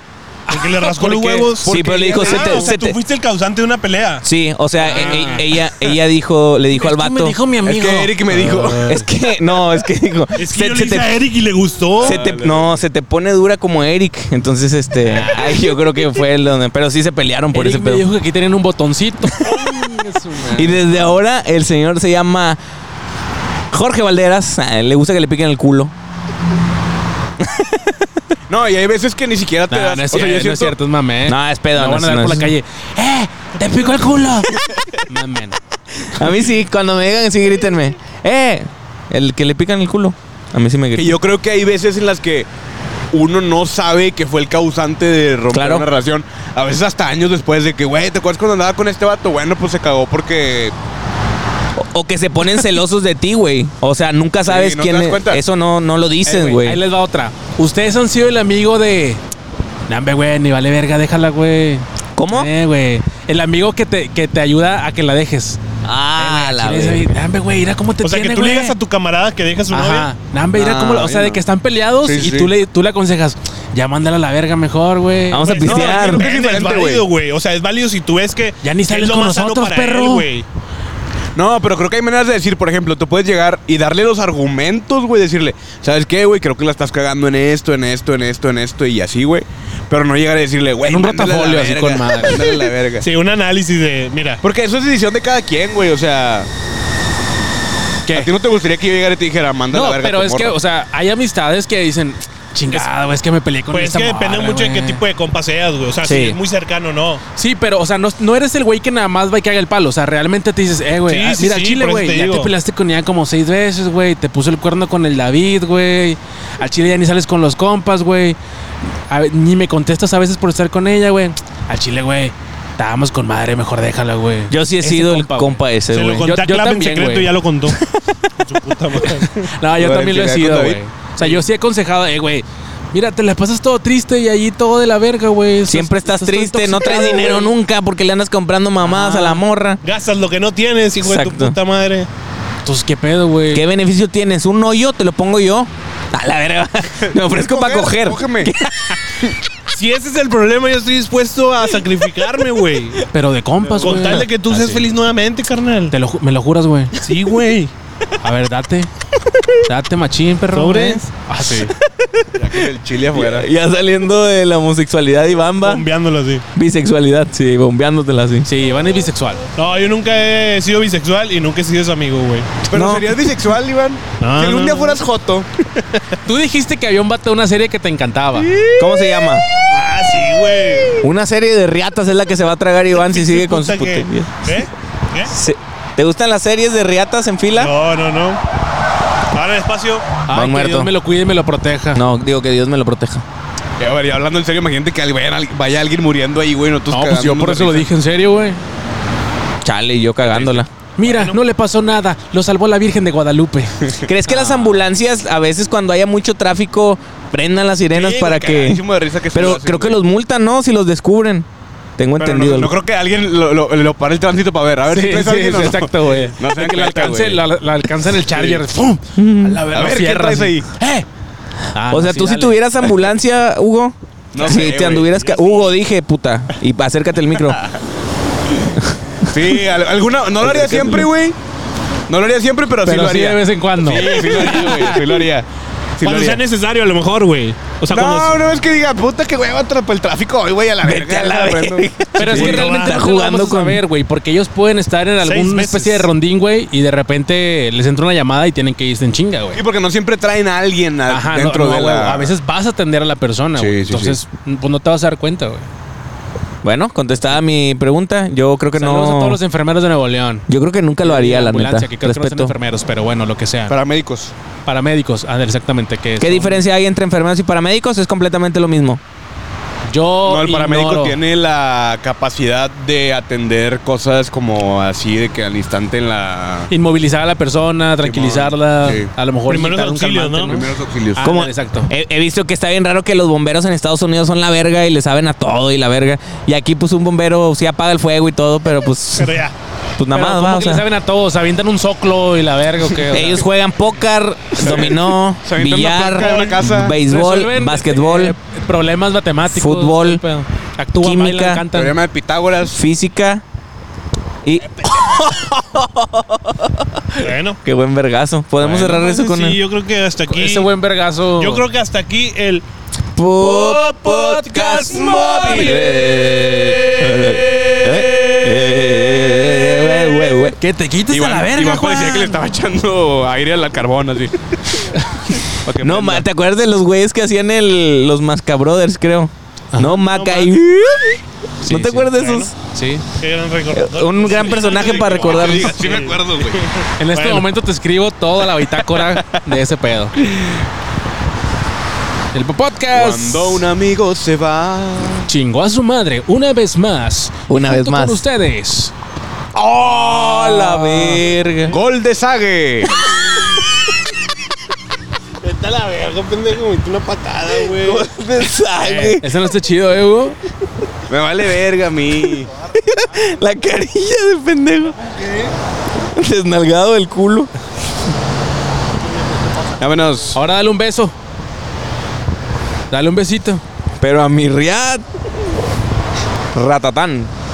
S4: Porque le rascó
S2: ¿Por
S4: los
S2: qué?
S4: huevos.
S1: Sí, pero le dijo,
S4: Ah,
S1: se te-
S4: o sea,
S1: se
S4: tú
S1: te-
S4: fuiste el causante de una pelea.
S1: Sí, o sea, e- e- ella, ella dijo, le dijo al vato.
S3: mi
S2: Es que Eric me dijo.
S1: Es que, no, es que dijo.
S4: Es que
S1: se-
S4: yo
S1: se
S4: le
S1: te-
S4: hice a Eric y le gustó.
S1: se te- no, se te pone dura como Eric. Entonces, este, ay, yo creo que fue el donde. Pero sí se pelearon por
S3: Eric
S1: ese
S3: me
S1: pedo.
S3: dijo que aquí tenían un botoncito.
S1: Y desde ahora el señor se llama Jorge Valderas. Ah, le gusta que le piquen el culo.
S2: No, y hay veces que ni siquiera te
S3: no,
S2: das.
S3: no, es
S2: o sea, yo
S3: cierto, no es
S2: siento-
S3: cierto, es mamé.
S1: No, es pedo. no
S3: Me Eh, van
S1: es-
S3: a dar
S1: no
S3: por la
S1: es-
S3: calle. ¡Eh! ¡Te pico el culo! Mamé. no.
S1: A mí sí, cuando me digan así, grítenme. ¡Eh! El que le pican el culo. A mí sí me
S2: Que
S1: gritan.
S2: yo creo que hay veces en las que uno no sabe que fue el causante de romper
S1: Claro.
S2: una relación. A veces hasta años después de que, güey, ¿te acuerdas cuando andaba con este vato? Bueno, pues se cagó porque...
S1: O que se ponen celosos de ti, güey. O sea, nunca sabes
S2: Sí, ¿no te
S1: quién
S2: das
S1: es.
S2: cuenta?
S1: Eso no, no lo dicen,
S3: Eh, Ahí
S1: güey.
S3: les va otra. Ustedes han sido el amigo de. Nambe, güey, ni vale verga, déjala, güey.
S1: ¿Cómo?
S3: Eh, güey. El amigo que te, que te ayuda a que la dejes.
S1: Ah, la
S3: eh, Chile,
S1: verga.
S3: Nambe, güey, mira cómo te
S4: O sea, que
S3: tiene,
S4: tú le
S3: güey".
S4: digas a tu camarada que deja a su
S3: Ajá.
S4: novia.
S3: Nambe, mira
S1: No,
S3: cómo. O sea, de
S2: no.
S3: que están peleados
S2: Sí,
S3: y
S2: sí.
S3: Tú, le, tú le aconsejas, ya mándala a la verga mejor, güey.
S1: Vamos a
S4: Pues, no,
S1: pistear.
S4: yo creo que
S2: Depende,
S4: es
S2: güey.
S4: válido, güey. O sea, es válido si tú ves que.
S3: Ya ni
S4: es
S3: sales
S4: lo
S3: con
S4: más sano
S3: nosotros,
S4: para él,
S3: perro.
S4: güey.
S2: No, pero creo que hay maneras de decir, por ejemplo, tú puedes llegar y darle los argumentos, güey, decirle, ¿sabes qué, güey? Creo que la estás cagando en esto, en esto, en esto, en esto y así, güey. Pero no llegar a decirle, güey,
S3: En un
S2: mándale a la
S3: rotafolio, así
S2: verga,
S3: con madre.
S2: mándale a la verga.
S4: Sí, un análisis de. Mira.
S2: Porque eso es decisión de cada quien, güey, o sea... ¿A ti no te gustaría que yo llegara y te dijera, manda
S3: No,
S2: la verga a
S3: pero
S2: tu
S3: es que,
S2: morra"?
S3: o sea, hay amistades que dicen, chingada, güey, es que me peleé con
S4: Pues es
S3: esta
S4: que depende
S3: morra,
S4: mucho de qué
S3: güey".
S4: tipo de compa seas, güey. O sea,
S1: Sí.
S4: si es muy cercano, no.
S3: Sí, pero, o sea, no, no eres el güey que nada más va y caga el palo. O sea, realmente te dices, eh, güey,
S4: Sí,
S3: ah,
S4: sí,
S3: mira,
S4: sí,
S3: Chile,
S4: por eso
S3: güey,
S4: te
S3: ya te
S4: digo.
S3: peleaste con ella como seis veces, güey. Te puso el cuerno con el David, güey. Al Chile ya ni sales con los compas, güey. A ve- Ni me contestas a veces por estar con ella, güey. Al Chile, güey, estábamos con madre, mejor déjala, güey.
S1: Yo sí he
S3: Ese
S1: sido el
S3: compa, güey.
S1: compa ese,
S4: Se lo
S1: güey.
S4: conté a
S3: Yo- yo
S4: Clap en
S3: también,
S4: secreto
S3: güey.
S4: y ya lo contó. Su puta madre.
S3: No, yo
S2: Lo de
S3: también lo he
S2: pelear con
S3: sido,
S2: David.
S3: güey. O sea, yo sí he aconsejado, eh, güey. Mira, te la pasas todo triste y allí todo de la verga, güey. Estás-
S1: Siempre estás
S3: estás todo
S1: triste, no traes
S3: intoxicado,
S1: dinero
S3: güey. Ah.
S1: nunca porque le andas comprando mamadas
S3: Ajá.
S1: a la morra.
S4: Gastas lo que no tienes, hijo de
S1: Exacto.
S4: tu puta madre.
S3: Entonces, ¿qué pedo, güey?
S1: ¿Qué beneficio tienes? ¿Un hoyo? ¿Te lo pongo yo? A la verga. Me ofrezco para coger.
S2: Cógeme.
S4: Si ese es el problema, yo estoy dispuesto a sacrificarme, güey.
S3: Pero de compas, güey.
S4: Con tal de que tú seas
S3: Así.
S4: feliz nuevamente, carnal.
S3: Te lo ju- me lo juras, güey.
S4: Sí, güey.
S3: A ver, date. Date, machín, perro.
S4: Sobres.
S3: güey. Ah, sí.
S2: El chile afuera.
S1: Ya saliendo de la homosexualidad y bamba.
S4: Bombeándolo así.
S1: Bisexualidad, sí, bombeándotela así.
S3: Sí, Iván es bisexual.
S4: No, yo nunca he sido bisexual y nunca he sido su amigo, güey.
S2: Pero
S1: No.
S2: serías bisexual, Iván.
S4: No,
S2: si algún
S4: no,
S2: día
S4: no.
S2: fueras Joto.
S3: Tú dijiste que había un vato de una serie que te encantaba.
S1: ¿Cómo se llama?
S4: Ah, sí, güey.
S1: Una serie de riatas es la que se va a tragar Iván si sigue con sus
S4: Puta que-
S1: puterías.
S4: ¿Eh? ¿Eh?
S1: Se- ¿Te gustan las series de riatas en fila?
S4: No, no, no. Ahora despacio.
S3: Ay, que
S1: muerto.
S3: Dios me lo cuide y me lo proteja. No,
S1: No, digo que Dios me lo proteja.
S2: Ya, a ver, y hablando en serio, imagínate que al- vaya, vaya alguien muriendo ahí, güey. No, tú
S3: pues yo por eso lo dije en serio, güey.
S1: Chale, y yo cagándola.
S3: Mira, no le pasó nada. Lo salvó la Virgen de Guadalupe.
S1: ¿Crees que las ambulancias a veces cuando haya mucho tráfico prendan las sirenas para que... Pero creo que los multan, ¿no? Si los descubren. Tengo
S2: Pero
S1: entendido.
S2: no, no
S1: algo.
S2: creo que alguien lo, lo, lo pare el tránsito para ver. A ver
S3: Sí,
S2: si traes a
S3: sí,
S2: alguien
S3: sí,
S2: o no.
S3: exacto, güey.
S2: No se
S3: De
S2: dan
S3: que le
S2: cuenta,
S3: alcance,
S2: güey.
S3: la, la alcance en el charger. ¡Fum! A la verga,
S2: Mm. A ver, ¿qué
S3: cierra
S2: traes
S3: así.
S2: ahí?
S3: ¡Eh! Ah,
S1: o
S3: no,
S1: sea,
S3: sí,
S1: tú si
S3: dale.
S1: tuvieras ambulancia, Hugo.
S2: No
S1: si
S2: sé,
S1: te
S2: güey.
S1: anduvieras. ca- Hugo, dije, puta. Y acércate el micro.
S2: Sí, al- alguna. No lo haría siempre, güey. No lo haría siempre, pero, sí
S3: Pero
S2: lo
S3: sí,
S2: haría.
S3: de vez en cuando.
S2: Sí, sí lo haría, güey. Sí lo haría. Sí lo
S4: cuando
S2: haría.
S4: sea necesario, a lo mejor, güey. O sea, cuando.
S2: No, una vez que diga, puta que hueva tra- el tráfico hoy, güey, a la
S1: Vete
S2: verga.
S1: a la
S2: bueno.
S1: verga.
S3: Pero es
S4: Sí,
S3: que
S4: no
S3: realmente
S1: está
S3: no jugando
S1: jugando
S3: vamos a
S1: con-
S3: saber, güey, porque ellos pueden estar en
S4: Seis
S3: alguna
S4: meses.
S3: especie de rondín, güey, y de repente les entra una llamada y tienen que irse en chinga, güey.
S2: Y porque no siempre traen a alguien a-
S3: Ajá, no,
S2: dentro
S3: no,
S2: de
S3: güey,
S2: la.
S3: A veces vas a atender a la persona,
S2: Sí,
S3: güey.
S2: sí,
S3: Entonces, pues no te vas a dar cuenta, güey.
S1: Bueno, contestada mi pregunta. Yo creo que
S3: Saludos a
S1: no.
S3: todos los enfermeros de Nuevo León.
S1: Yo creo que nunca lo haría, la
S3: Ambulancia,
S1: neta.
S3: que creo que no son
S1: Respeto.
S3: enfermeros, pero bueno, lo que sea.
S2: Paramédicos.
S3: Paramédicos, ándale, exactamente. Que
S1: ¿Qué
S3: son-
S1: diferencia hay entre enfermeros y paramédicos? Es completamente lo mismo.
S3: Yo.
S2: No, el paramédico
S3: Oh, ignoro.
S2: tiene la capacidad de atender cosas como así, de que al instante en la.
S3: Inmovilizar a la persona, tranquilizarla.
S2: sí.
S3: A lo mejor.
S4: Primeros
S3: inyectar un
S4: auxilios,
S3: calmante,
S4: ¿no?
S2: Primeros auxilios.
S3: Ándale,
S1: ¿Cómo?
S3: Exacto.
S1: He, he visto que está bien raro que los bomberos en Estados Unidos son la verga y le saben a todo y la verga. Y aquí, pues, un bombero sí apaga el fuego y todo, pero pues,
S4: Pero ya.
S1: pues nada
S3: Pero
S1: más,
S3: ¿cómo
S1: va, o
S3: que le
S1: sea.
S3: saben a todos, avientan un soclo y la verga o qué. O sea,
S1: Ellos juegan póker, dominó,
S2: Se avientan una placa de una
S1: billar,
S2: casa.
S1: béisbol,
S3: resuelven,
S1: basquetbol,
S3: eh, problemas matemáticos.
S1: fútbol,
S3: todo el pedo. actúan,
S1: química.
S3: bailan, cantan.
S2: Teorema de Pitágoras.
S1: física y...
S4: Bueno.
S1: ¡Qué buen vergazo! ¿Podemos cerrar eso con
S4: sí,
S1: el...
S4: yo creo que hasta aquí.
S3: Ese buen vergazo.
S4: Yo creo que hasta aquí el.
S1: Po- Podcast móvil. Eh, eh, Que te quites a la verga,
S2: Iván parecía
S1: Juan.
S2: que le estaba echando aire al carbón, así. Pa' que
S1: No,
S2: prenda.
S1: ma, ¿te acuerdas de los güeyes que hacían el, los Mascabrothers, creo? No, Maca y...
S3: Sí,
S1: ¿No te
S3: sí.
S1: acuerdas de esos?
S3: Sí.
S4: Qué gran recordador.
S1: Un gran personaje para recordar.
S2: Sí, sí me acuerdo, güey.
S3: En este
S4: Bueno.
S3: momento te escribo toda la bitácora de ese pedo. El podcast.
S2: Cuando un amigo se va.
S3: Chingó a su madre una vez más.
S1: Una vez
S3: Junto
S1: más.
S3: Con ustedes.
S1: ¡Oh,
S2: Ah.
S1: la verga!
S2: Gol de Sague.
S4: Vete a la verga, pendejo, metí una patada, güey.
S1: Mensaje.
S3: Ese no está chido, ¿eh, Hugo?
S2: Me vale verga a mí.
S1: La carilla de pendejo. Desnalgado del culo.
S2: Vámonos.
S3: Ahora dale un beso. Dale un besito.
S1: Pero a mi riad. Ratatán.